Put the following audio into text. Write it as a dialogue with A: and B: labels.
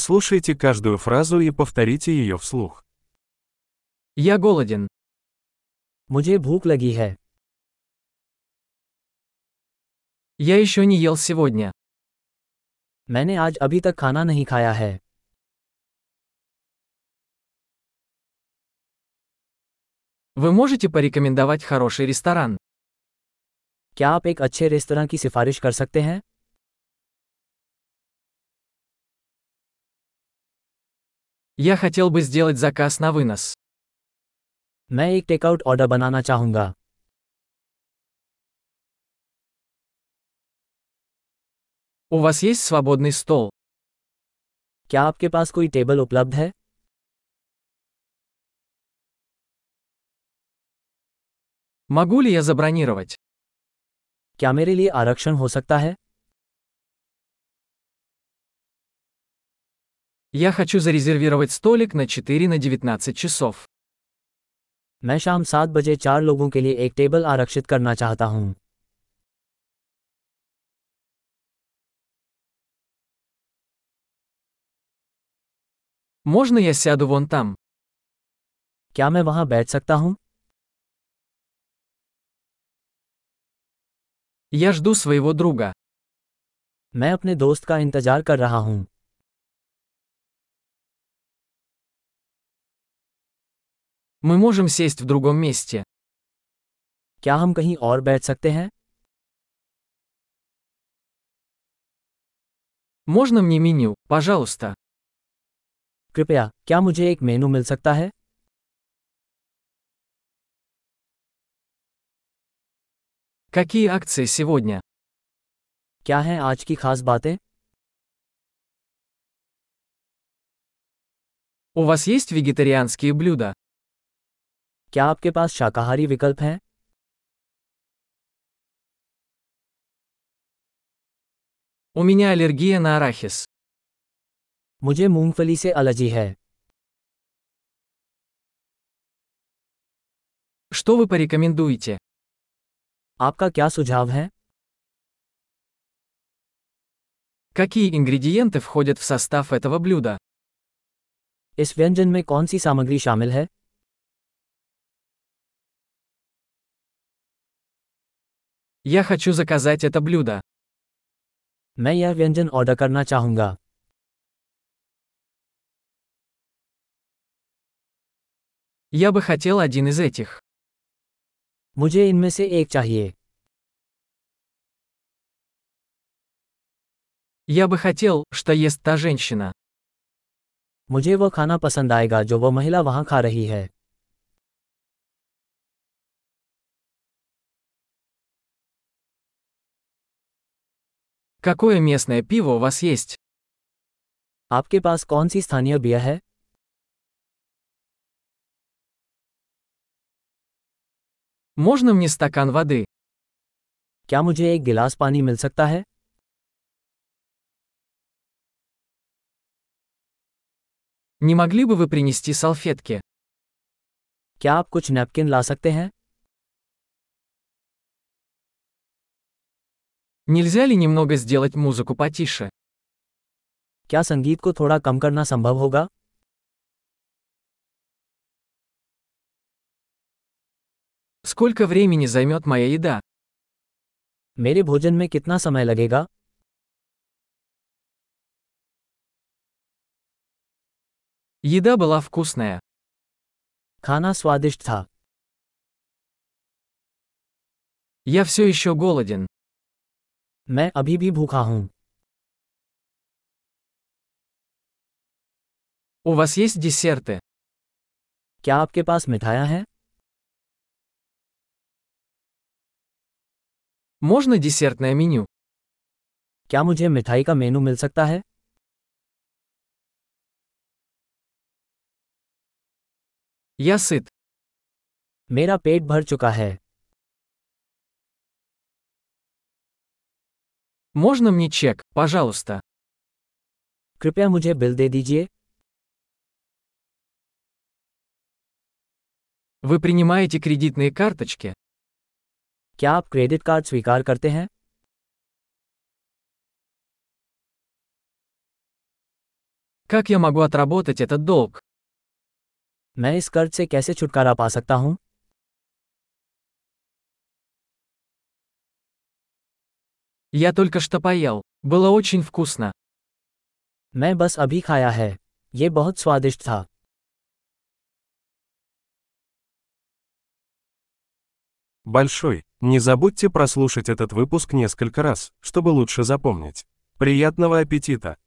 A: Прослушайте каждую фразу и повторите ее вслух.
B: Я голоден.
C: मुझे भूख लगी है
B: Я еще не ел сегодня.
C: मैंने आज अभी तक खाना नहीं खाया है
B: Вы можете порекомендовать хороший ресторан?
C: क्या आप एक अच्छे रेस्तरा की सिफारिश कर सकते हैं
B: Я хотел бы сделать заказ на вынос.
C: मैं एक टेकआउट ऑर्डर बनाना चाहूँगा
B: У вас есть свободный стол?
C: क्या आपके पास कोई टेबल उपलब्ध है
B: Могу ли я забронировать?
C: क्या मेरे लिए आरक्षण हो सकता है
B: Я хочу зарезервировать столик на 4 на 19 часов.
C: मैं शाम सात बजे चार लोगों के लिए एक टेबल आरक्षित करना चाहता हूँ
B: Можно я сяду вон там?
C: क्या मैं वहाँ बैठ सकता हूँ
B: Я жду своего друга.
C: मैं अपने दोस्त का इंतजार कर रहा हूँ
B: Мы можем сесть в другом месте.
C: क्या हम कहीं और बैठ सकते हैं
B: Можно мне меню, пожалуйста?
C: कृपया क्या मुझे एक मेनू मिल सकता है
B: Какие акции сегодня?
C: क्या हैं आज की खास बातें
B: У вас есть вегетарианские блюда?
C: क्या आपके पास शाकाहारी विकल्प हैं
B: У меня аллергия на арахис.
C: मुझे मूंगफली से एलर्जी है
B: Что вы порекомендуете?
C: आपका क्या सुझाव है
B: Какие ингредиенты входят в состав этого блюда?
C: इस व्यंजन में कौन सी सामग्री शामिल है
B: Я хочу заказать это блюдо.
C: मैं यह व्यंजन ऑर्डर करना चाहूँगा
B: Я бы хотел один из этих.
C: मुझे इनमें से एक चाहिए
B: Я бы хотел, что ест та женщина.
C: मुझे वह खाना पसंद आएगा जो वह महिला वहाँ खा रही है
B: Какое местное пиво у вас есть?
C: आपके पास कौन सी स्थानीय बियर है
B: Можно мне стакан воды?
C: क्या मुझे एक गिलास पानी मिल सकता है
B: Не могли бы вы принести салфетки?
C: क्या आप कुछ नैपकिन ला सकते हैं
B: Нельзя ли немного сделать музыку потише?
C: क्या संगीत को थोड़ा कम करना संभव होगा
B: Сколько времени займет моя еда?
C: मेरे भोजन में कितना समय लगेगा
B: Еда была вкусная.
C: खाना स्वादिष्ट था
B: Я все еще голоден.
C: मैं अभी भी भूखा हूँ
B: У вас есть десерты?
C: क्या आपके पास मिठाइयाँ हैं
B: Можно десертное меню?
C: क्या मुझे मिठाई का मेनू मिल सकता है
B: Я сыт.
C: मेरा पेट भर चुका है
B: Можно мне чек, пожалуйста?
C: कृपया मुझे बिल दे दीजिए
B: Вы принимаете кредитные карточки?
C: क्या आप क्रेडिट कार्ड स्वीकार करते हैं
B: Как я могу отработать этот долг?
C: मैं इस कर्ज से कैसे छुटकारा पा सकता हूँ
B: Я только что поел. Было очень вкусно.
C: मैं बस अभी खाया है ये बहुत स्वादिष्ट था
A: Большой, не забудьте прослушать этот выпуск несколько раз, чтобы лучше запомнить. Приятного аппетита!